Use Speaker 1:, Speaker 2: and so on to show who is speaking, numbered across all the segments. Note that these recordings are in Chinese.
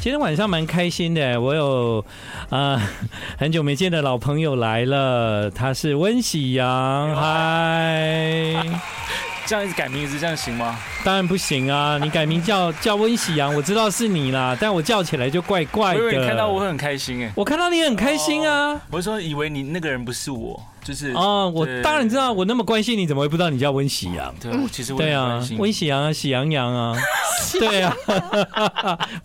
Speaker 1: 今天晚上蛮开心的，我有啊、呃 很久没见的老朋友来了，他是温喜阳，嗨，
Speaker 2: 这样一直改名字，这样行吗？
Speaker 1: 当然不行啊，你改名叫叫温喜阳，我知道是你啦，但我叫起来就怪怪
Speaker 2: 我以
Speaker 1: 的。
Speaker 2: 为你看到我，会很开心哎，
Speaker 1: 我看到你很开心啊。
Speaker 2: 我是说以为你那个人不是我，就是
Speaker 1: 哦，我
Speaker 2: 对
Speaker 1: 当然知道，我那么关心你，怎么会不知道你叫温喜阳？
Speaker 2: 对，我其实我
Speaker 1: 对
Speaker 2: 也很
Speaker 1: 啊
Speaker 2: 关，心
Speaker 1: 温喜羊啊，喜羊羊 啊，对啊，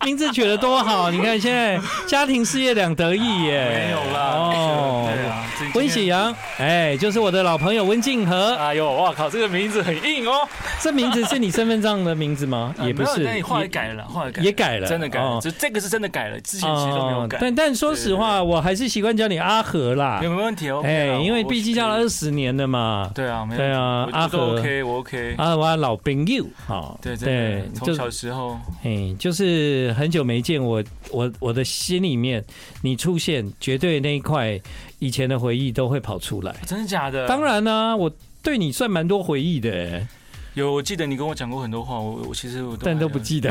Speaker 1: 名字取得多好！你看现在家庭事业两得意耶。
Speaker 2: 没有啦，对
Speaker 1: 哦，
Speaker 2: 啊，最近
Speaker 1: 温喜羊，哎，就是我的老朋友温静和。
Speaker 2: 哎呦，哇靠，这个名字很硬哦，
Speaker 1: 这名字是你身份证的名字吗？
Speaker 2: 啊
Speaker 1: 也不
Speaker 2: 没有
Speaker 1: 是，
Speaker 2: 但你后来
Speaker 1: 也
Speaker 2: 改了，后来改
Speaker 1: 也改了，
Speaker 2: 真的改了，
Speaker 1: 哦
Speaker 2: 这这个是真的改了，之前其实都没有
Speaker 1: 哦
Speaker 2: 改，
Speaker 1: 但但说实话，我还是习惯叫你阿和啦
Speaker 2: 没。有没问题哦，
Speaker 1: 哎
Speaker 2: OK 啦，
Speaker 1: 因为
Speaker 2: 我
Speaker 1: 毕竟叫了二十年了嘛。
Speaker 2: 对啊，没有
Speaker 1: 对啊
Speaker 2: 我
Speaker 1: 阿
Speaker 2: 我都
Speaker 1: 和
Speaker 2: OK，我 OK，
Speaker 1: 啊，我老朋友，好，
Speaker 2: 对对，
Speaker 1: 就
Speaker 2: 从小时候
Speaker 1: 哎，就是很久没见我，我我的心里面你出现，绝对那一块以前的回忆都会跑出来。
Speaker 2: 真的假的？
Speaker 1: 当然呢、我对你算蛮多回忆的、哎
Speaker 2: 有，我记得你跟我讲过很多话，我我其实我
Speaker 1: 但都
Speaker 2: 还
Speaker 1: 不 记得。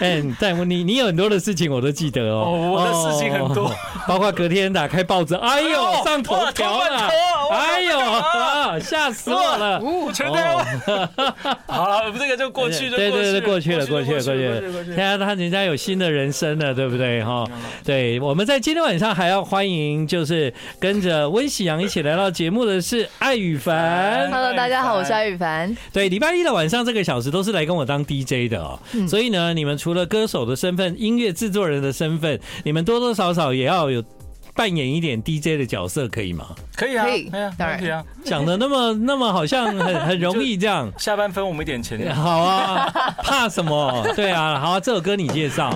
Speaker 1: 哎，但我你你有很多的事情我都记得哦，
Speaker 2: 哦我的事情很多
Speaker 1: 哦包括隔天打开报纸，哎呦，上头条了，哎呦，啊吓死我 了。
Speaker 2: 哦，全台
Speaker 1: 哦
Speaker 2: 湾。好了，我们这个就过去，就
Speaker 1: 对对对，过去了，过去了，过
Speaker 2: 过
Speaker 1: 去
Speaker 2: 去
Speaker 1: 了。
Speaker 2: 过去
Speaker 1: 现。在啊他人家有新的人生了，对不对？哈、对，我们在今天晚上还要欢迎，就是跟着温喜阳一起来到节目的是艾雨凡。
Speaker 3: Hello，大家好，我是艾雨凡。
Speaker 1: 对，礼拜一的晚上这个小时都是来跟我当 DJ 的哦。
Speaker 2: 嗯
Speaker 1: 所以呢，你们除了歌手的身份、音乐制作人的身份，你们多多少少也要有扮演一点 DJ 的角色，可以 吗？
Speaker 2: 可以啊，
Speaker 3: 可以
Speaker 2: 哎呀，
Speaker 3: 当然
Speaker 2: 可以啊。
Speaker 1: 讲的那么那么好像很很容易这 样。
Speaker 2: 下班分我们一点钱。
Speaker 1: 好啊，怕什么？对啊，好啊这首歌你介 绍。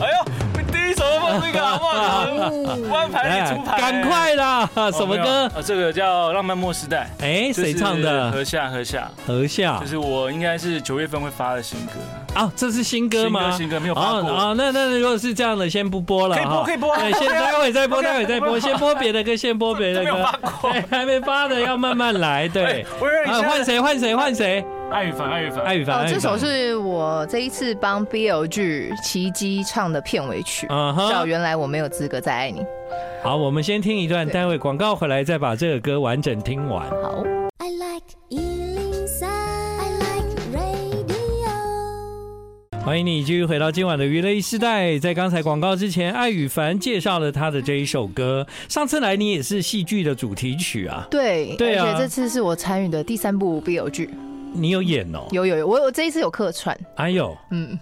Speaker 2: 哎呦，第一首就放 这个好不
Speaker 1: 哦
Speaker 3: 哦
Speaker 2: 好？弯牌里出牌，
Speaker 1: 哎赶快啦！什么歌
Speaker 2: 哦？？没有哦这个叫《浪漫末时代》。
Speaker 1: 哎，
Speaker 2: 这
Speaker 1: 谁
Speaker 2: 是
Speaker 1: 唱的？
Speaker 2: 禾下，禾下，
Speaker 1: 何夏
Speaker 2: 就。是我应该是九月份会发的新歌，
Speaker 1: 啊，这是新歌吗？
Speaker 2: 新歌新歌没有
Speaker 1: 哦
Speaker 2: 发过
Speaker 1: 哦，那那如果是这样的，先不播了
Speaker 2: 可以播
Speaker 1: 哈
Speaker 2: 可以 播
Speaker 1: 对，先待会再播，
Speaker 2: OK，
Speaker 1: 待会再
Speaker 2: 不
Speaker 1: 播，
Speaker 2: 用
Speaker 1: 先播别的歌，先播别的
Speaker 2: 没有
Speaker 1: 歌
Speaker 2: 发。过。
Speaker 1: 对，还没发的要慢慢来。对
Speaker 2: 哎， 我认
Speaker 1: 啊，换
Speaker 2: 一下，
Speaker 1: 谁？换谁？换谁？
Speaker 2: 艾雨凡，艾雨凡，
Speaker 1: 艾雨
Speaker 3: 哦
Speaker 1: 凡。，
Speaker 3: 这首
Speaker 1: 艾雨凡。
Speaker 3: 是我这一次帮 BL 剧《奇迹》唱的片尾曲，
Speaker 1: 嗯
Speaker 3: 叫《
Speaker 1: 哼，
Speaker 3: 原来我没有资格再爱你》。
Speaker 1: 好，我们先听一段，
Speaker 3: 对
Speaker 1: 待会广告回来再把这个歌完整听完。
Speaker 3: 好，
Speaker 4: I like Ealing Sound. I like radio.
Speaker 1: 欢迎你继续回到今晚的娱乐一时代。在刚才广告之前，艾雨凡介绍了他的这一首歌。上次来你也是戏剧的主题曲啊，
Speaker 3: 对，
Speaker 1: 对啊
Speaker 3: 而且这次是我参与的第三部 BL 剧，
Speaker 1: 你有演哦？
Speaker 3: 有有有，我有这一次有客串，
Speaker 1: 哎呦，
Speaker 3: 嗯，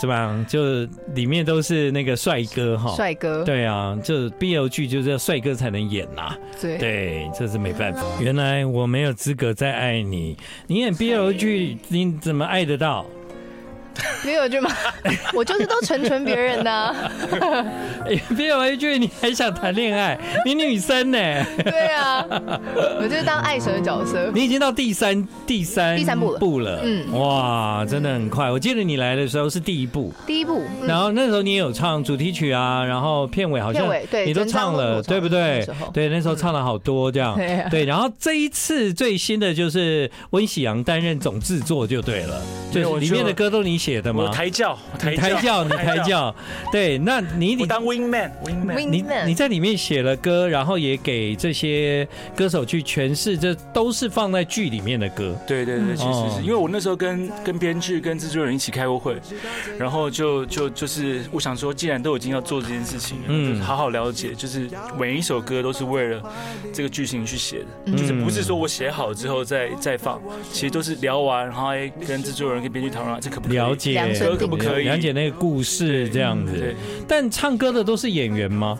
Speaker 1: 怎么样？就里面都是那个帅哥哈。
Speaker 3: 帅 哥，
Speaker 1: 哦对啊，这 BL 剧就是要帅哥才能演呐、
Speaker 3: 对
Speaker 1: 对，这是没办 法。原来我没有资格再爱你，你演 BL 剧，你怎么爱得到？
Speaker 3: ，BL 剧嘛，我就是都成全别人的啊，
Speaker 1: 哎 BL 剧你还想谈恋爱？你女生 呢？
Speaker 3: 对啊，我就是当爱神的角色，
Speaker 1: 你已经到第三第三
Speaker 3: 第三步了嗯
Speaker 1: 哇，真的很快。我记得你来的时候是第一部，
Speaker 3: 第一部，嗯
Speaker 1: 然后那时候你也有唱主题曲啊，然后片尾好像
Speaker 3: 片尾对
Speaker 1: 你都唱了，
Speaker 3: 整张我唱
Speaker 1: 对不对
Speaker 3: 那时候？
Speaker 1: 对，那时候唱了好多这样。
Speaker 3: 对啊
Speaker 1: 对，然后这一次最新的就是温喜阳担任总制作就对了，
Speaker 2: 没
Speaker 1: 就
Speaker 2: 有
Speaker 1: 是里面的歌都你写的
Speaker 2: 我
Speaker 1: 吗？
Speaker 2: 抬轿，我抬
Speaker 1: 抬轿，你抬，轿，对，那你
Speaker 2: 我
Speaker 1: 你
Speaker 2: 当 wing man，wing man。
Speaker 1: 你
Speaker 3: Wingman
Speaker 1: 你在里面写了歌，然后也给这些歌手去诠释，这都是放在剧里面的歌。
Speaker 2: 对对对，其实
Speaker 1: 哦
Speaker 2: 是因为我那时候跟跟编剧、跟制作人一起开过会，然后就就就是我想说，既然都已经要做这件事情了，
Speaker 1: 嗯
Speaker 2: 就是好好了解，就是每一首歌都是为了这个剧情去写的，
Speaker 3: 嗯
Speaker 2: 就是不是说我写好之后再再放，其实都是聊完，然后哎跟制作人、跟编剧讨论啊这可不可以
Speaker 1: 了解
Speaker 3: 量身定
Speaker 2: 可不可以
Speaker 1: 了解那个故事这样
Speaker 3: 嗯
Speaker 1: 子
Speaker 2: 对。，
Speaker 1: 但唱歌的都是演员吗？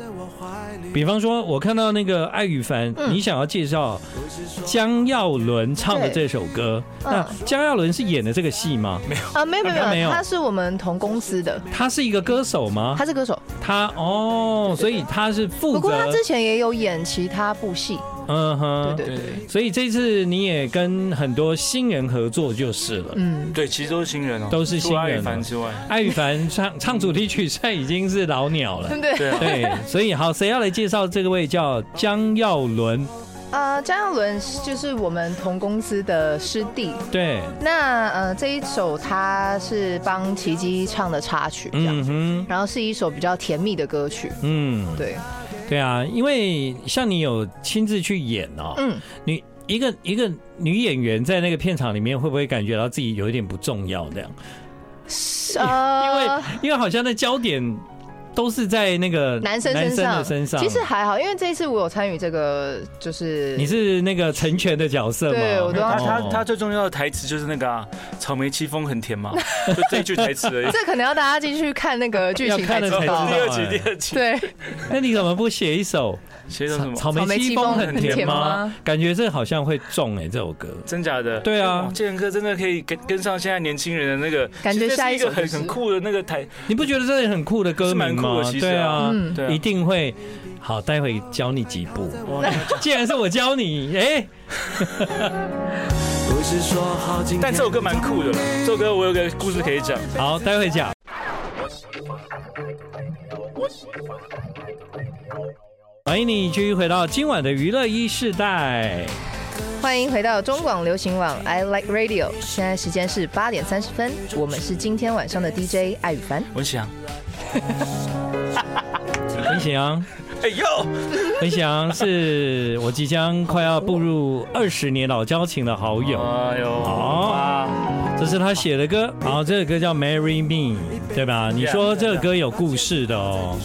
Speaker 1: 比方说，我看到那个艾雨凡，
Speaker 3: 嗯
Speaker 1: 你想要介绍江耀伦唱的这首歌，
Speaker 3: 对
Speaker 1: 那
Speaker 3: 嗯
Speaker 1: 江耀伦是演的这个戏吗？
Speaker 3: 啊，没有没有
Speaker 1: 没
Speaker 3: 没
Speaker 1: 有
Speaker 3: 有，他是我们同公司的，
Speaker 1: 他是一个歌手吗？
Speaker 3: 他是歌手，
Speaker 1: 他哦，所以他是负
Speaker 3: 不过
Speaker 1: 责
Speaker 3: 他，之前也有演其他部戏，
Speaker 1: 嗯
Speaker 3: 对
Speaker 1: 哼，
Speaker 3: 对对
Speaker 2: 对，
Speaker 1: 所以这次你也跟很多新人合作就是了。
Speaker 3: 嗯，
Speaker 2: 对，其实都是新人哦，
Speaker 1: 都是新人
Speaker 2: 除了艾凡之外，
Speaker 1: 艾雨凡唱唱主题曲，现在已经是老鸟了。
Speaker 3: 对。
Speaker 2: 对啊。
Speaker 1: 对，所以好，谁要来介绍这位叫江耀伦？
Speaker 3: 呃，张耀伦就是我们同公司的师弟。
Speaker 1: 对，
Speaker 3: 那呃，这一首他是帮奇迹唱的插曲，这样，
Speaker 1: 嗯哼，
Speaker 3: 然后是一首比较甜蜜的歌曲。
Speaker 1: 嗯，
Speaker 3: 对，
Speaker 1: 对啊，因为像你有亲自去演哦，
Speaker 3: 嗯，
Speaker 1: 你一个一个女演员在那个片场里面，会不会感觉到自己有一点不重要这样？ 因为
Speaker 3: 呃，
Speaker 1: 因为好像那焦点都是在那个
Speaker 3: 男生身
Speaker 1: 男生
Speaker 3: 上，
Speaker 1: 的身上。
Speaker 3: 其实还好，因为这一次我有参与这个，就是
Speaker 1: 你是那个成全的角色吗？
Speaker 3: 对我都要
Speaker 2: 他他
Speaker 1: 哦
Speaker 2: 他最重要的台词就是那个、啊“草莓戚风很甜”嘛，就这一句台词而已。
Speaker 3: 这可能要大家进去看那个剧情才知
Speaker 1: 要看了才
Speaker 3: 道
Speaker 1: 知。
Speaker 2: 第
Speaker 1: 道
Speaker 2: 二集，第二集，
Speaker 3: 对，
Speaker 1: 那你怎么不写一首
Speaker 2: 写一首什么？
Speaker 1: 草莓戚风很甜
Speaker 3: 草莓戚风很甜
Speaker 1: 吗
Speaker 3: 吗？
Speaker 1: 感觉这好像会中哎、这首歌。
Speaker 2: 真假的？
Speaker 1: 对啊
Speaker 2: 哇，建哥真的可以跟跟上现在年轻人的那个，
Speaker 3: 感觉
Speaker 2: 其实这
Speaker 3: 下
Speaker 2: 是
Speaker 3: 一
Speaker 2: 一
Speaker 3: 首
Speaker 2: 个很
Speaker 3: 就是
Speaker 2: 很酷的那个台，
Speaker 1: 你不觉得这是很酷的歌
Speaker 2: 是蛮
Speaker 1: 名
Speaker 2: 酷的
Speaker 1: 吗？
Speaker 2: 其实啊
Speaker 1: 对啊，
Speaker 3: 嗯
Speaker 2: 对
Speaker 1: 一
Speaker 2: 啊。
Speaker 1: 定会。好，待会教你几步。
Speaker 2: 哇那 个
Speaker 1: 既然是我教你，哎、
Speaker 5: 不是说好今
Speaker 2: 但这首歌蛮酷的，这首歌我有个故事可以讲。
Speaker 1: 好，待会讲。欢迎你继续回到今晚的娱乐一世代。
Speaker 3: 欢迎回到中广流行网 I Like Radio，现在时间是八点三十分，我们是今天晚上的 DJ 艾雨凡。
Speaker 2: 我想，
Speaker 1: 很祥，
Speaker 2: 哎呦，
Speaker 1: 很祥是我即将快要步入二十年老交情的好友，
Speaker 2: 哎呦，
Speaker 1: 好
Speaker 2: 哇，
Speaker 1: 这是他写的歌，然后这个歌叫《Marry Me》，对吧？你说这个歌有故事的哦，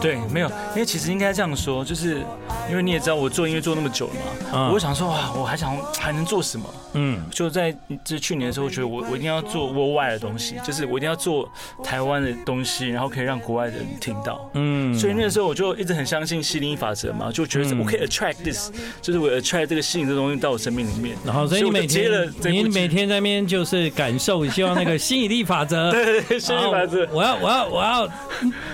Speaker 2: 对，没有，因为其实应该这样说，就是因为你也知道我做音乐做那么久了嘛，
Speaker 1: 嗯
Speaker 2: 我想说哇，我还想还能做什么？
Speaker 1: 嗯
Speaker 2: 就在这去年的时候，我觉得我我一定要做 worldwide 的东西，就是我一定要做台湾的东西，然后可以让国外的人听到。
Speaker 1: 嗯，
Speaker 2: 所以那个时候我就一直很相信吸引力法则嘛，就觉得
Speaker 1: 嗯
Speaker 2: 我可以 attract this，就是我 attract 这个吸引这东西到我生命里面。
Speaker 1: 然后所以你每
Speaker 2: 所以
Speaker 1: 天
Speaker 2: 我就接了这部
Speaker 1: 你
Speaker 2: 剧
Speaker 1: 每 天在那边就是感受，希望那个吸引力法则，
Speaker 2: 吸引力法则
Speaker 1: 啊，我要我要我要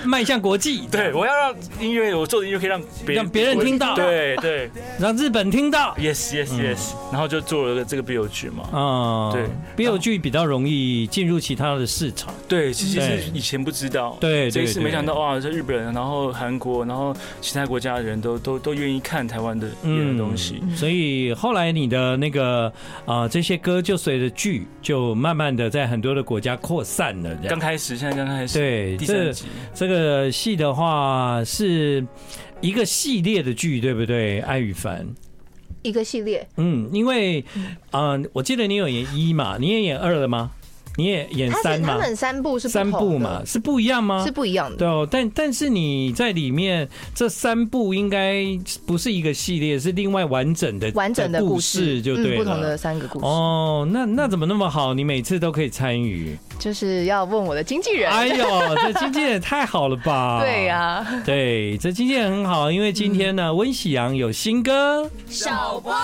Speaker 1: 迈向国际，
Speaker 2: 对，我要让音乐，我做的音乐可以让别
Speaker 1: 让别人听到嗯
Speaker 2: 对对
Speaker 1: 让日本听到。
Speaker 2: ，yes yes yes，然后就做了这个 BO 剧嘛。
Speaker 1: 啊、
Speaker 2: 对
Speaker 1: 比有剧比较容易进入其他的市场。
Speaker 2: 对，其实
Speaker 1: 对
Speaker 2: 是以前不知道，
Speaker 1: 对对
Speaker 2: 这一次
Speaker 1: 对
Speaker 2: 没想到哇，这日本人，然后韩国，然后其他国家的人都都都愿意看台湾的
Speaker 1: 嗯
Speaker 2: 演的东西。
Speaker 1: 所以后来你的那个啊、这些歌就随着剧就慢慢的在很多的国家扩散了。这样
Speaker 2: 刚开始，现在刚开始，
Speaker 1: 对，
Speaker 2: 第
Speaker 1: 这
Speaker 2: 三集，
Speaker 1: 这个戏的话是一个系列的剧，对不对？艾雨凡，
Speaker 3: 一个系列，
Speaker 1: 嗯，因为嗯、我记得你有演一嘛，你也演二了吗？你也演
Speaker 3: 它
Speaker 1: 三
Speaker 3: 是他
Speaker 1: 嘛？
Speaker 3: 们三部是不
Speaker 1: 三
Speaker 3: 同的
Speaker 1: 部嘛，是不一样吗？
Speaker 3: 是不一样的。
Speaker 1: 对哦，但但是你在里面这三部应该不是一个系列，是另外完整的
Speaker 3: 完整的故
Speaker 1: 故
Speaker 3: 事
Speaker 1: 就对了。
Speaker 3: 嗯，不同的三个故事，
Speaker 1: 哦，那那怎么那么好？你每次都可以参与？
Speaker 3: 就是要问我的经纪人。
Speaker 1: 哎呦，这经纪人也太好了吧？
Speaker 3: 对、呀、
Speaker 1: 对，这经纪人很好，因为今天呢，温喜阳有新歌，
Speaker 4: 小波，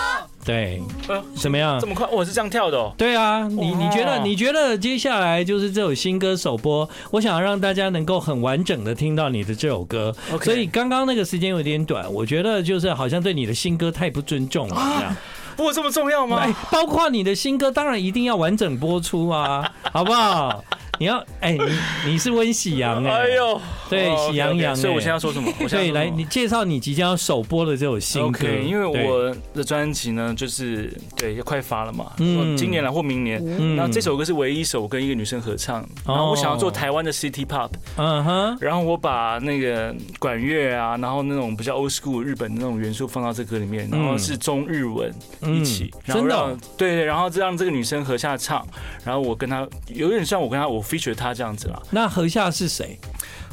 Speaker 1: 对，
Speaker 2: 呃，
Speaker 1: 怎么样
Speaker 2: 这？么快，我是这样跳的哦。
Speaker 1: 对啊，你你觉得
Speaker 2: 哇
Speaker 1: 你觉得接下来就是这首新歌首播，我想让大家能够很完整的听到你的这首歌
Speaker 2: OK
Speaker 1: 所以刚刚那个时间有点短，我觉得就是好像对你的新歌太不尊重 了这样。
Speaker 2: 不过这么重要吗
Speaker 1: 哎？，包括你的新歌，当然一定要完整播出 啊，好不好？你要哎、你你是温喜洋哎、
Speaker 2: 哎呦，
Speaker 1: 对
Speaker 2: 哦，OK，OK，
Speaker 1: 喜羊羊哎
Speaker 2: 所以我现在要说什么？我现在
Speaker 1: 对，
Speaker 2: 要说什么
Speaker 1: 来你介绍你即将要首播的这首新歌
Speaker 2: OK，因为
Speaker 1: 对
Speaker 2: 我的专辑呢，就是对，也快发了嘛，
Speaker 1: 嗯
Speaker 2: 今年来或明年。
Speaker 1: 嗯哦
Speaker 2: 然后这首歌是唯一一首跟一个女生合唱，然后我想要做台湾的 City Pop，
Speaker 1: 嗯哼
Speaker 2: 然后我把那个管乐啊，然后那种比较 old school 日本的那种元素放到这歌里面，然后是中日文
Speaker 1: 嗯
Speaker 2: 一起，然
Speaker 1: 真
Speaker 2: 后
Speaker 1: 的
Speaker 2: 让
Speaker 1: 哦
Speaker 2: 对对，然后就让这个女生和下唱，然后我跟她有点像我跟她我 feature 她这样子啦，
Speaker 1: 那何夏是谁？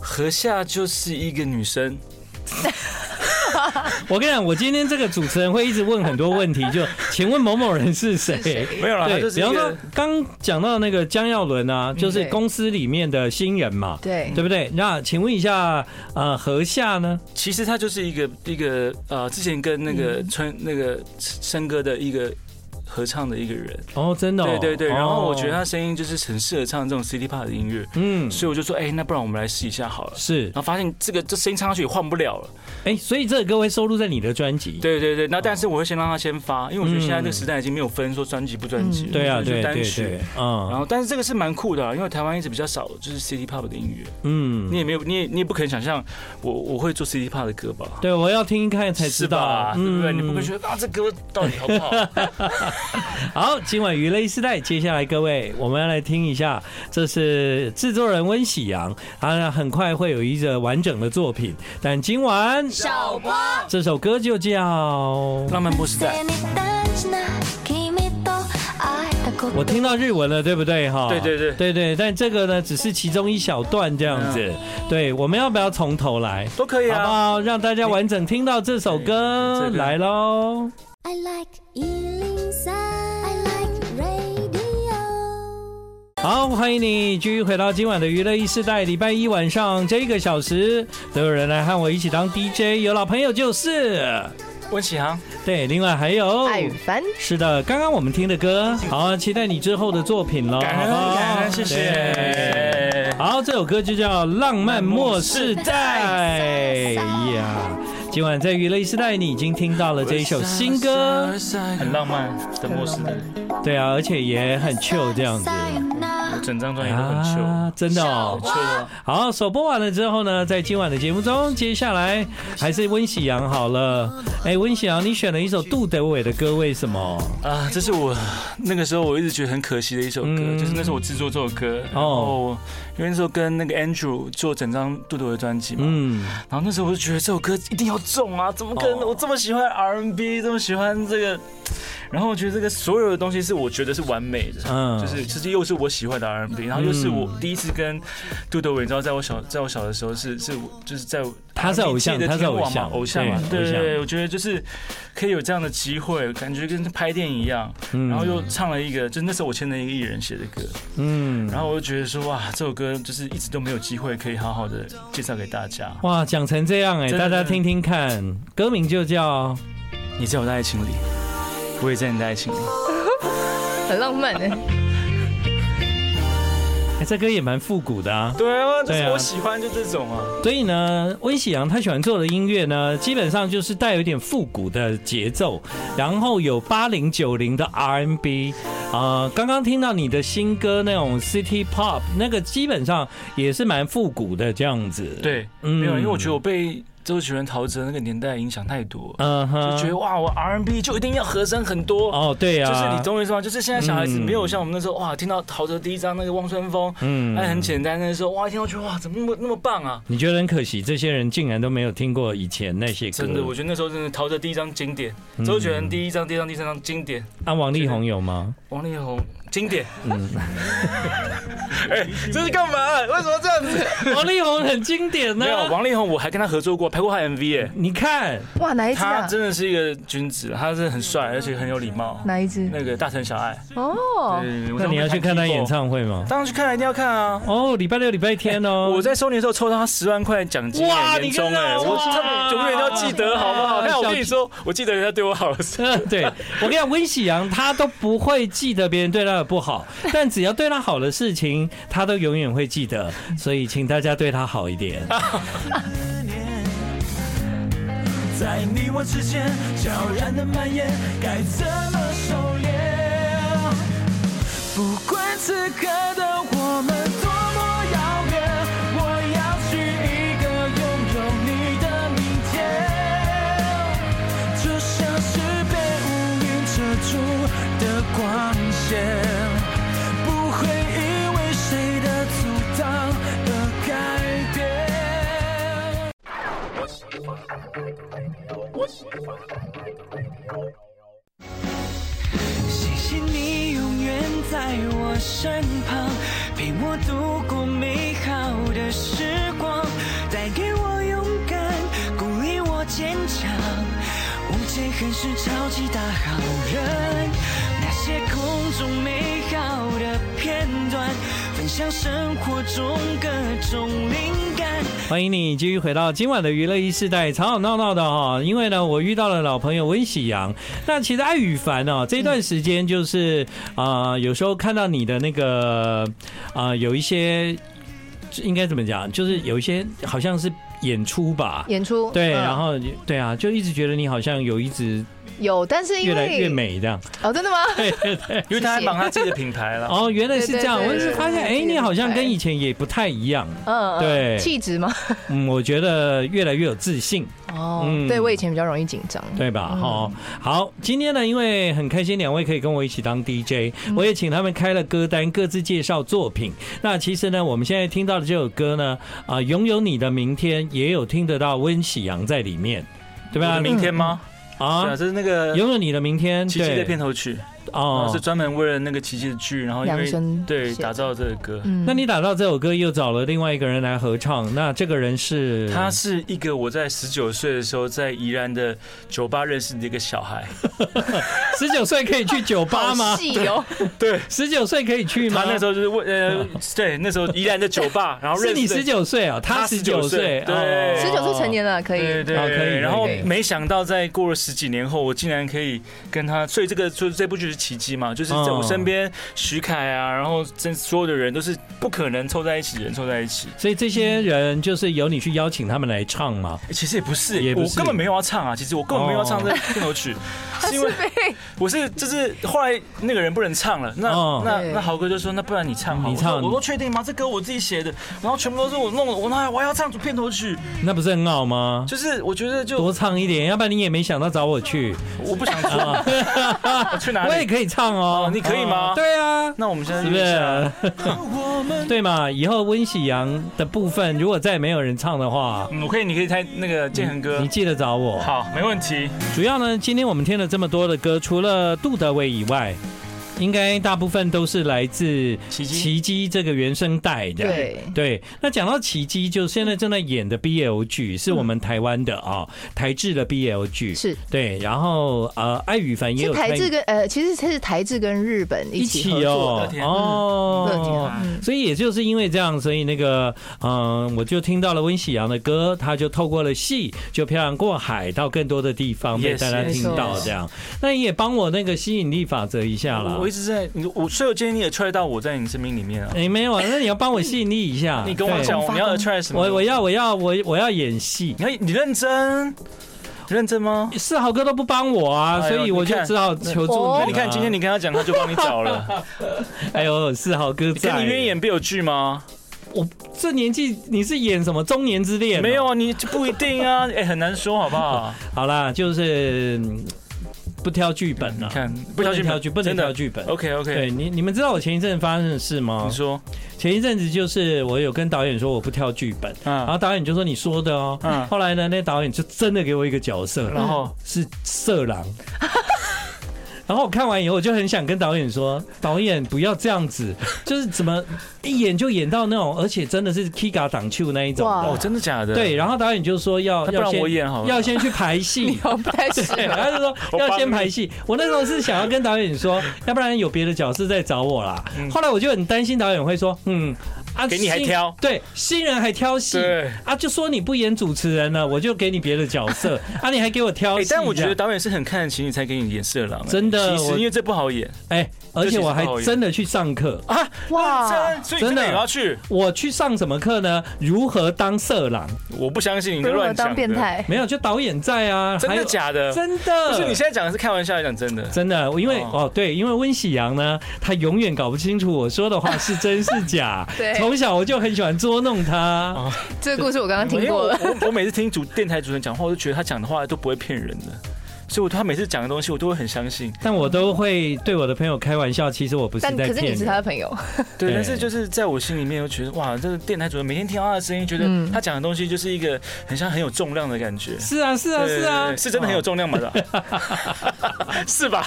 Speaker 2: 和下就是一个女生，
Speaker 1: 我跟你讲，我今天这个主持人会一直问很多问题，就请问某某人是谁？
Speaker 2: 没有啦，她
Speaker 1: 对
Speaker 2: 啊就，是
Speaker 1: 比
Speaker 2: 一
Speaker 1: 方
Speaker 2: 个
Speaker 1: 说刚讲到那个江耀伦啊，就是
Speaker 3: 对
Speaker 1: 公司里面的新人嘛，
Speaker 3: 对
Speaker 1: 对不对？那请问一下，呃，何夏呢？
Speaker 2: 其实他
Speaker 1: 嗯
Speaker 2: 就是一个一个呃，之前跟那个川、那个森哥的一个合唱的一个人。
Speaker 1: 哦，真的、哦，
Speaker 2: 对对对，然后我觉得
Speaker 1: 哦
Speaker 2: 他声音就是很适合唱这种 City Pop 的音乐，
Speaker 1: 嗯
Speaker 2: 所以我就说，哎、那不然我们来试一下好了。
Speaker 1: 是
Speaker 2: 然，后发现这个这声音唱上去也换不了了，
Speaker 1: 哎、所以这个歌会收录在你的专辑，
Speaker 2: 对对对，那
Speaker 1: 哦
Speaker 2: 但是我会先让他先发，因为我觉得现在这个时代已经没有分说专辑不专辑了，
Speaker 1: 对啊，
Speaker 2: 就是
Speaker 1: 对
Speaker 2: 单
Speaker 1: 对
Speaker 2: 曲
Speaker 1: 对。，嗯，
Speaker 2: 然后，但是这个是蛮酷的、啊，因为台湾一直比较少就是 City Pop 的音乐，
Speaker 1: 嗯
Speaker 2: 你，也没有，你也你也不可能想象我我会做 City Pop 的歌吧？
Speaker 1: 对，我要听一看才知
Speaker 2: 是
Speaker 1: 道
Speaker 2: 吧，？啊对不对？你不
Speaker 1: 嗯
Speaker 2: 会觉得啊，这歌到底好不好？
Speaker 1: 好，今晚娱乐一时代，接下来各位，我们要来听一下，这是制作人温喜阳，他很快会有一个完整的作品，但今晚
Speaker 4: 少播
Speaker 1: 这哦首歌就叫……
Speaker 2: 浪漫波时代，
Speaker 1: 我听到日文了，对不对？哈，
Speaker 2: 对对对
Speaker 1: 对对，但这个呢，只是其中一小段这样子。对，我们要不要从头来？
Speaker 2: 都可以
Speaker 1: 好不
Speaker 2: 嗯啊。
Speaker 1: 好？让大家完整听到这首歌
Speaker 2: 对对对
Speaker 1: 来喽。
Speaker 4: I like Ealing Sound. I like radio.
Speaker 1: 好，欢迎你继续回到今晚的娱乐一世代，礼拜一晚上这个小时，都有人来和我一起当 DJ，有老朋友就是
Speaker 2: 温启航，
Speaker 1: 对，另外还有
Speaker 3: 艾宇凡，
Speaker 1: 是的，刚刚我们听的歌，好啊，期待你之后的作品喽，
Speaker 2: 感恩
Speaker 1: 好不好
Speaker 2: 感恩，谢
Speaker 1: 对
Speaker 2: 谢。
Speaker 1: 好，这首歌就叫《浪漫末世代》呀。今晚在娱乐一世代，你已经听到了这一首新歌，
Speaker 2: 很浪漫的末世代，
Speaker 1: 对啊，而且也很 chill 这样子
Speaker 2: 整张专辑都很秀，
Speaker 1: 啊，真的哦。
Speaker 2: 很秀的。
Speaker 1: 好，首播完了之后呢，在今晚的节目中，接下来还是温喜阳好了。哎，温喜阳，你选了一首杜德伟的歌，为什么？
Speaker 2: 啊，这是我那个时候我一直觉得很可惜的一首歌，
Speaker 1: 嗯
Speaker 2: 就是那是我制作这首歌，然后因为那时候跟那个 Andrew 做整张杜德的专辑嘛，
Speaker 1: 嗯，
Speaker 2: 然后那时候我就觉得这首歌一定要中啊，怎么可能？
Speaker 1: 哦
Speaker 2: 我这么喜欢 R&B，这么喜欢这个，然后我觉得这个所有的东西是我觉得是完美的，
Speaker 1: 嗯嗯
Speaker 2: 就是就是又是我喜欢的 R&B，然后又是我第一次跟杜德伟，你知道，在我小在我小的时候是是我就是在我
Speaker 1: 他是偶像
Speaker 2: R&B 界的
Speaker 1: 他是偶像
Speaker 2: 天王嘛偶像嘛，
Speaker 1: 对
Speaker 2: 对对
Speaker 1: 偶
Speaker 2: 对，
Speaker 1: 像
Speaker 2: 我觉得就是可以有这样的机会，感觉跟拍电影一样，
Speaker 1: 嗯
Speaker 2: 然后又唱了一个，就那时候我签了一个艺人写的歌，
Speaker 1: 嗯，
Speaker 2: 然后我就觉得说哇，这首歌就是一直都没有机会可以好好的介绍给大家。
Speaker 1: 哇，讲成这样哎、
Speaker 2: 真
Speaker 1: 大
Speaker 2: 的
Speaker 1: 家听听看，歌名就叫
Speaker 2: 你在我的爱情里，我也在你的爱情里。
Speaker 3: 很浪漫的，
Speaker 1: 哎，这歌也蛮复古的啊。
Speaker 2: 对啊，就
Speaker 1: 对
Speaker 2: 是
Speaker 1: 啊
Speaker 2: 我喜欢就这种啊。
Speaker 1: 所以呢，温喜阳他喜欢做的音乐呢，基本上就是带有一点复古的节奏，然后有八零九零的 R&B。啊，刚刚听到你的新歌那种 City Pop，那个基本上也是蛮复古的这样子。，
Speaker 2: 对，
Speaker 1: 嗯
Speaker 2: 没有，因为我觉得我被周杰伦、陶喆那个年代影响太多，
Speaker 1: 嗯
Speaker 2: 就觉得
Speaker 1: 哼，
Speaker 2: 哇，我 R&B 就一定要和声很多。
Speaker 1: 哦，对呀、
Speaker 2: 就是你懂我意思吗？就是现在小孩子
Speaker 1: 嗯
Speaker 2: 没有像我们那时候哇，听到陶喆第一张那个《望春风》，
Speaker 1: 嗯
Speaker 2: 哎，很简单。那时候哇，一听到觉得哇，怎么那么那么棒啊！
Speaker 1: 你觉得很可惜，这些人竟然都没有听过以前那些歌。
Speaker 2: 真的，我觉得那时候真的陶喆第一张经典，
Speaker 1: 嗯
Speaker 2: 周杰伦第一张、第二张、第三张经典，
Speaker 1: 啊，王力宏有吗？
Speaker 2: 王力宏经典。
Speaker 1: 嗯
Speaker 2: 哎，这是干嘛？为什么这样子？
Speaker 1: 王力宏很经典呢、
Speaker 2: 没有，王力宏我还跟他合作过，拍过他 MV 哎。
Speaker 1: 你看，
Speaker 3: 哇，哪一只
Speaker 2: 他
Speaker 3: 啊？
Speaker 2: 真的是一个君子，他是很帅，而且很有礼貌。
Speaker 3: 哪一只？
Speaker 2: 那个大城小爱，
Speaker 3: 哦，
Speaker 2: 对我
Speaker 1: 那
Speaker 2: 上次
Speaker 1: 你要去看他
Speaker 2: 看 Kiko
Speaker 1: 演唱会吗？
Speaker 2: 当然去看了，一定要看啊！
Speaker 1: 哦，礼拜六、礼拜天哦。
Speaker 2: 我在收年的时候抽到他十万块奖金，
Speaker 1: 哇
Speaker 2: 年终
Speaker 1: 你看
Speaker 2: 哎，
Speaker 1: 到
Speaker 2: 我
Speaker 1: 哇
Speaker 2: 他永远都要记得，好不好？
Speaker 1: 哎
Speaker 2: 那我跟
Speaker 1: 小
Speaker 2: 你说，我记得人家对我好 的事，
Speaker 1: 对我跟你讲，温喜阳他都不会记得别人对他的不 好，但只要对他好的事情，他都永远会记得。所以，请大家对他好一 点。
Speaker 5: 在你我之间悄然的蔓延，该怎么收敛？不管此刻的我们多么遥远，我要去一个拥有你的明天，就像是被乌云遮住的光线，不会因为谁的阻挡而改变。谢谢你永远在我身旁，陪我度过美好的时光，带给我勇敢，鼓励我坚强。无界恨是超级大好人，那些空中美好的片段，分享生活中各种灵感。
Speaker 1: 欢迎你继续回到今晚的娱乐一世代，吵吵闹闹的哈、因为呢，我遇到了老朋友温喜阳。那其实艾雨凡哦，这段时间就是啊、呃有时候看到你的那个啊、呃有一些应该怎么讲，就是有一些好像是演出吧。
Speaker 3: 演出
Speaker 1: 对，
Speaker 3: 嗯
Speaker 1: 然后对啊，就一直觉得你好像有一直
Speaker 3: 有，但是因
Speaker 1: 越
Speaker 3: 为
Speaker 1: 来越美这样。
Speaker 3: 哦，真的吗？
Speaker 2: 因为他在忙他自己的品牌了。
Speaker 1: 哦，原来是这样，
Speaker 3: 对
Speaker 1: 我一
Speaker 3: 对对
Speaker 1: 直发现，
Speaker 3: 对对
Speaker 1: 哎，
Speaker 3: 对
Speaker 1: 你好像
Speaker 3: 对
Speaker 1: 跟以前也不太一样。
Speaker 3: 嗯，嗯
Speaker 1: 对
Speaker 3: 气质吗？
Speaker 1: 嗯，我觉得越来越有自信。
Speaker 3: 哦，
Speaker 1: 嗯
Speaker 3: 对我以前比较容易紧张，
Speaker 1: 对吧？
Speaker 3: 嗯
Speaker 1: 哦，好，今天呢，因为很开心，两位可以跟我一起当 DJ，我
Speaker 3: 嗯
Speaker 1: 也请他们开了歌单，各自介绍作品。那其实呢，我们现在听到的这首歌呢，啊、拥有你的明天，也有听得到温喜阳在里面，对
Speaker 2: 我
Speaker 1: 吧
Speaker 2: 的？明天吗？对啊，
Speaker 1: 啊，
Speaker 2: 这嗯是那个《
Speaker 1: 拥有你的明天，
Speaker 2: 奇迹》的
Speaker 1: 对
Speaker 2: 片，头曲，然后
Speaker 1: 哦
Speaker 2: 是。专门为了那个《奇迹》的剧，然后因
Speaker 3: 量
Speaker 2: 为
Speaker 3: 身
Speaker 2: 对
Speaker 3: 写
Speaker 2: 打造这个歌。
Speaker 3: 嗯
Speaker 1: 那你打造这首歌，又找了另外一个人来合唱，那这个人是
Speaker 2: 他是一个我在十九岁的时候在宜兰的酒吧认识的一个 小孩，
Speaker 1: 十九岁可以去酒吧
Speaker 3: 好
Speaker 1: 吗？
Speaker 3: 细哦，
Speaker 2: 对
Speaker 1: 十九岁可以去吗？
Speaker 2: 他那时候就是为 呃，对，那时候宜兰的酒吧，然后
Speaker 1: 是
Speaker 2: 认
Speaker 1: 你
Speaker 2: 识
Speaker 1: 十
Speaker 2: 的
Speaker 1: 九岁啊，他
Speaker 2: 他
Speaker 1: 十九
Speaker 2: 19岁
Speaker 1: 岁，
Speaker 2: 对
Speaker 1: 哦
Speaker 3: 十九岁成年了，可
Speaker 2: 对
Speaker 3: 以，
Speaker 2: 对
Speaker 1: 好哦可以可以
Speaker 2: 对，然后
Speaker 1: 可以
Speaker 2: 没想到，在过了十几年后，我竟然可以跟他，所以这个就是这部剧是奇迹嘛，就是在
Speaker 1: 嗯
Speaker 2: 我身边徐凯啊，然后这所有的人都是不可能凑在一起的人凑在一起，
Speaker 1: 所以这些人就是由你去邀请他们来唱嘛。
Speaker 2: 欸其实也不是，
Speaker 1: 也不
Speaker 2: 我
Speaker 1: 是
Speaker 2: 根本没有要唱啊，其实我根本没有要唱这
Speaker 1: 哦
Speaker 2: 片头 曲，是因
Speaker 3: 是
Speaker 2: 为
Speaker 3: 被
Speaker 2: 我是就是后来那个人不能唱了，那
Speaker 1: 哦
Speaker 2: 那
Speaker 3: 对
Speaker 2: 那豪哥就说那不然你唱好了，
Speaker 1: 你唱
Speaker 2: 我说我都确定吗？这歌我自己写的，然后全部都是我弄的，我那我还要唱片头曲，
Speaker 3: 嗯
Speaker 1: 那不是很好吗？
Speaker 2: 就是我觉得就
Speaker 1: 多唱一点，要不然你也没想到找我去。
Speaker 2: 我不想唱， 我去哪
Speaker 1: 我也
Speaker 2: 里？
Speaker 1: 可以唱哦，
Speaker 2: 啊哦你可以吗
Speaker 1: 哦对啊，
Speaker 2: 那我们现在
Speaker 1: 是
Speaker 2: 就
Speaker 1: 不
Speaker 2: 一下
Speaker 1: 是？ 对嘛？以后温喜阳的部分，如果再没有人唱的话，
Speaker 2: 嗯，我可以，你可以猜那个建恒哥
Speaker 1: 你。记得找我。
Speaker 2: 好，没问题。
Speaker 1: 主要呢，今天我们听了这么多的歌，除了杜德伟以外，应该大部分都是来自
Speaker 2: 奇迹
Speaker 1: 奇迹这个原声带的。
Speaker 3: 对
Speaker 1: 对，那讲到奇迹，就现在正在演的 BL 剧，是我们台湾的啊、台制的 BL 剧。
Speaker 3: 嗯是
Speaker 1: 对，然后呃，艾雨凡也
Speaker 3: 是
Speaker 1: 有
Speaker 3: 台
Speaker 1: 参
Speaker 3: 制
Speaker 1: 与
Speaker 3: 跟呃，其实是台制跟日本一
Speaker 1: 一
Speaker 3: 起
Speaker 1: 起
Speaker 3: 合作
Speaker 1: 哦
Speaker 2: 的天
Speaker 3: 乐天
Speaker 1: 哦
Speaker 3: 啊嗯。
Speaker 1: 所以也就是因为这样，所以那个嗯，我就听到了温喜阳的歌，他就透过了戏，就漂洋过海到更多的地方被
Speaker 2: Yes，
Speaker 1: 大家
Speaker 2: yes，
Speaker 1: 听到
Speaker 3: yes
Speaker 1: 这样。那你也帮我那个吸引力法则一下啦
Speaker 2: 我。一直在你，我所以我今天你也 try 到我在你生命里面啊。
Speaker 1: 哎，没有，啊，那你要帮我吸引力一下。
Speaker 2: 你跟我
Speaker 1: 啊对
Speaker 2: 讲，我们要 try 什么？
Speaker 1: 我我要我要我我要演戏。
Speaker 2: 你要哎你认真，认真吗？
Speaker 1: 世豪哥都不帮我啊，
Speaker 2: 哎呦
Speaker 1: 所以我就只好求助你、
Speaker 3: 哦
Speaker 1: 啊。
Speaker 2: 那你看今天你跟他讲，他就帮你找 了。
Speaker 1: 哎呦，世豪哥
Speaker 2: 你跟
Speaker 1: 在，
Speaker 2: 你愿意演必有剧吗？
Speaker 1: 我这年纪你是演什么中年之恋、
Speaker 2: 没有。啊，你不一定 啊，哎，很难说，好不好？
Speaker 1: 好啦，就是嗯不挑剧本啊
Speaker 2: 你
Speaker 1: 了、
Speaker 2: 看，
Speaker 1: 不
Speaker 2: 不小
Speaker 1: 能
Speaker 2: 心
Speaker 1: 挑剧，不能挑。剧本。
Speaker 2: OK OK，
Speaker 1: 对你，你们知道我前一阵发生的事吗
Speaker 2: 你？说，
Speaker 1: 前一阵子就是我有跟导演说我不挑剧本，然
Speaker 2: 嗯
Speaker 1: 后导演就说你说的哦。
Speaker 2: 嗯
Speaker 1: 后来呢，那导演就真的给我一个角色，
Speaker 2: 然后
Speaker 1: 是色狼。 然后我看完以后，我就很想跟导演说：“导演不要这样 子，就是怎么一演就演到那种，而且真的是 Kiga 挡球那一种
Speaker 3: 哇
Speaker 1: 的。
Speaker 2: 哦，真的假的？
Speaker 1: 嗯对，，然后导演就说要
Speaker 2: 那不
Speaker 1: 要
Speaker 2: 然我
Speaker 1: 先
Speaker 2: 演好了。
Speaker 1: 要先去排 戏，
Speaker 3: 我不太适
Speaker 1: 对，
Speaker 3: 合。
Speaker 1: 他就说
Speaker 2: 我帮
Speaker 1: 要先排戏。我那时候是想要跟导演 说，要不然有别的角色再找我啦。
Speaker 2: 嗯
Speaker 1: 后来我就很担心导演会说，嗯，啊，
Speaker 2: 给你还
Speaker 1: 新
Speaker 2: 挑，
Speaker 1: 对，新人还挑戏。
Speaker 2: 对。
Speaker 1: 啊，就说你不演主持人了，我就给你别的角色 啊，你还给我挑
Speaker 2: 哎、
Speaker 1: 戏这样、
Speaker 2: 但我觉得导演是很看得起你才给你演色狼、哎
Speaker 1: 真的
Speaker 2: 其
Speaker 1: 我
Speaker 2: 实因为这不好演
Speaker 1: 哎、而且我还真的去上课，
Speaker 2: 啊，
Speaker 3: 哇，
Speaker 2: 真所以
Speaker 1: 真
Speaker 2: 真
Speaker 1: 的
Speaker 2: 的也要去，
Speaker 1: 我去上什么课呢？如何当色狼？
Speaker 2: 我不相信你在
Speaker 3: 如何
Speaker 2: 乱讲的
Speaker 3: 当变，态？
Speaker 1: 没有，就导演在啊，
Speaker 2: 真
Speaker 1: 还有
Speaker 2: 的假的？
Speaker 1: 真的，
Speaker 2: 不是你现在讲的是开玩笑，还是讲真的。
Speaker 1: 真的，因为
Speaker 2: 哦
Speaker 1: 哦对，因为温喜阳呢，他永远搞不清楚我说的话是真是假
Speaker 3: 对。哦
Speaker 1: 从小我就很喜欢捉弄他。
Speaker 3: 这个故事我刚刚听
Speaker 2: 因为
Speaker 3: 过
Speaker 2: 我
Speaker 3: 了。
Speaker 2: 我我每次听主电台主持人讲话，我都觉得他讲的话都不会骗人的，所以我他每次讲的东西我都会很相信。
Speaker 1: 但我都会对我的朋友开玩笑，其实我不是
Speaker 3: 但
Speaker 1: 在
Speaker 3: 可是
Speaker 1: 骗
Speaker 3: 你是他的
Speaker 1: 人。
Speaker 3: 朋友，
Speaker 1: 对
Speaker 2: 对，但是就是在我心里面，我觉得哇，这个电台主持人每天听到他的声音，觉得
Speaker 3: 嗯
Speaker 2: 他讲的东西就是一个很像很有重量的感觉。
Speaker 1: 是啊，是啊，
Speaker 2: 对
Speaker 1: 是
Speaker 2: 对对
Speaker 1: 啊，
Speaker 2: 对是真的很有重量嘛？是 吧是吧？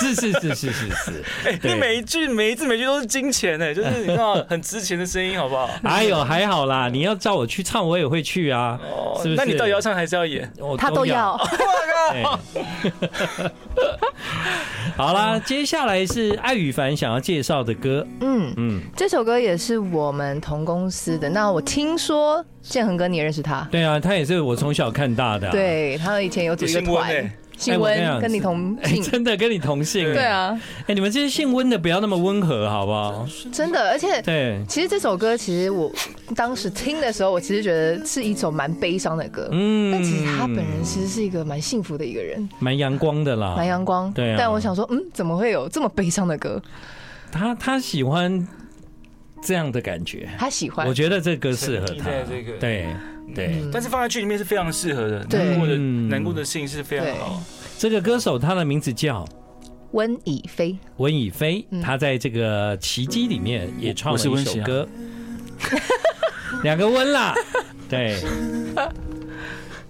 Speaker 1: 是是是是是 是。
Speaker 2: 哎，
Speaker 1: 对
Speaker 2: 那每一句每一字每一句都是金钱哎，就是你知道很值钱的声音，好不好？
Speaker 1: 哎呦，还好啦，你要叫我去唱，我也会去啊。
Speaker 2: 哦
Speaker 1: 是不是
Speaker 2: 那你到底要唱还是要演？
Speaker 1: 我
Speaker 3: 他都要。
Speaker 1: 对 好啦，接下来是艾宇凡想要介绍的歌，
Speaker 3: 嗯，
Speaker 1: 嗯，
Speaker 3: 这首歌也是我们同公司的。那我听说建恒哥你也认识他，
Speaker 1: 对啊，他也是我从小看大的、啊，
Speaker 3: 对他以前有组一个
Speaker 2: 姓温
Speaker 3: 团
Speaker 2: 欸，
Speaker 3: 姓
Speaker 1: 哎我跟你
Speaker 3: 温
Speaker 1: 讲
Speaker 3: 跟你同
Speaker 1: 哎、
Speaker 3: 姓，
Speaker 1: 真的跟你同姓、
Speaker 3: 对，啊，
Speaker 1: 哎、你们这些姓温的不要那么温和，好不好？
Speaker 3: 真的，而且。
Speaker 1: 对，
Speaker 3: 其实这首歌，其实我当时听的时候，我其实觉得是一首蛮悲伤的歌，
Speaker 1: 嗯
Speaker 3: 但其实他本人其实是一个蛮幸福的一个人，
Speaker 1: 蛮阳光的啦，
Speaker 3: 蛮阳光。
Speaker 1: 对啊
Speaker 3: 但我想说，嗯，怎么会有这么悲伤的歌？
Speaker 1: 他他喜欢这样的感觉，
Speaker 3: 他喜欢
Speaker 1: 我，觉得这歌适合他
Speaker 2: 在，这个
Speaker 1: 对对，
Speaker 3: 嗯
Speaker 2: 但是放在剧里面是非常适合的，
Speaker 3: 对
Speaker 2: 难过的
Speaker 1: 嗯
Speaker 2: 难过的事情是非常好。
Speaker 1: 这个歌手他的名字叫。
Speaker 3: 温以飞，
Speaker 1: 温以飞，他在这个《奇迹》里面也创了
Speaker 2: 我是
Speaker 1: 一
Speaker 2: 温
Speaker 1: 首
Speaker 2: 习啊
Speaker 1: 歌， 两个温啦，对。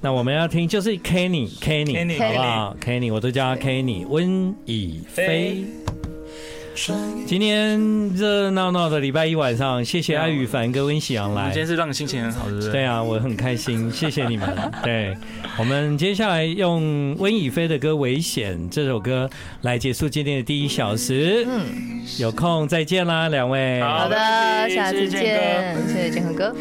Speaker 1: 那我们要听就是 Kenny Kenny
Speaker 2: Kenny
Speaker 1: 好不好？Kenny 我都叫他 Kenny 温以飞
Speaker 2: 飞。
Speaker 1: 今天热热闹闹的礼拜一晚上，谢谢艾宇凡跟温喜阳
Speaker 2: 我们
Speaker 1: 来
Speaker 2: 今。天是让你心情很好，对不对？
Speaker 1: 对啊，我很开心，谢谢你们。对我们接下来用温以飞的歌《危险》这首歌来结束今天的第一小时。嗯，有空再见啦，两位。
Speaker 2: 好
Speaker 3: 好的，
Speaker 2: 没问题
Speaker 3: 下次
Speaker 2: 谢谢健哥
Speaker 3: 见，谢谢建恒哥。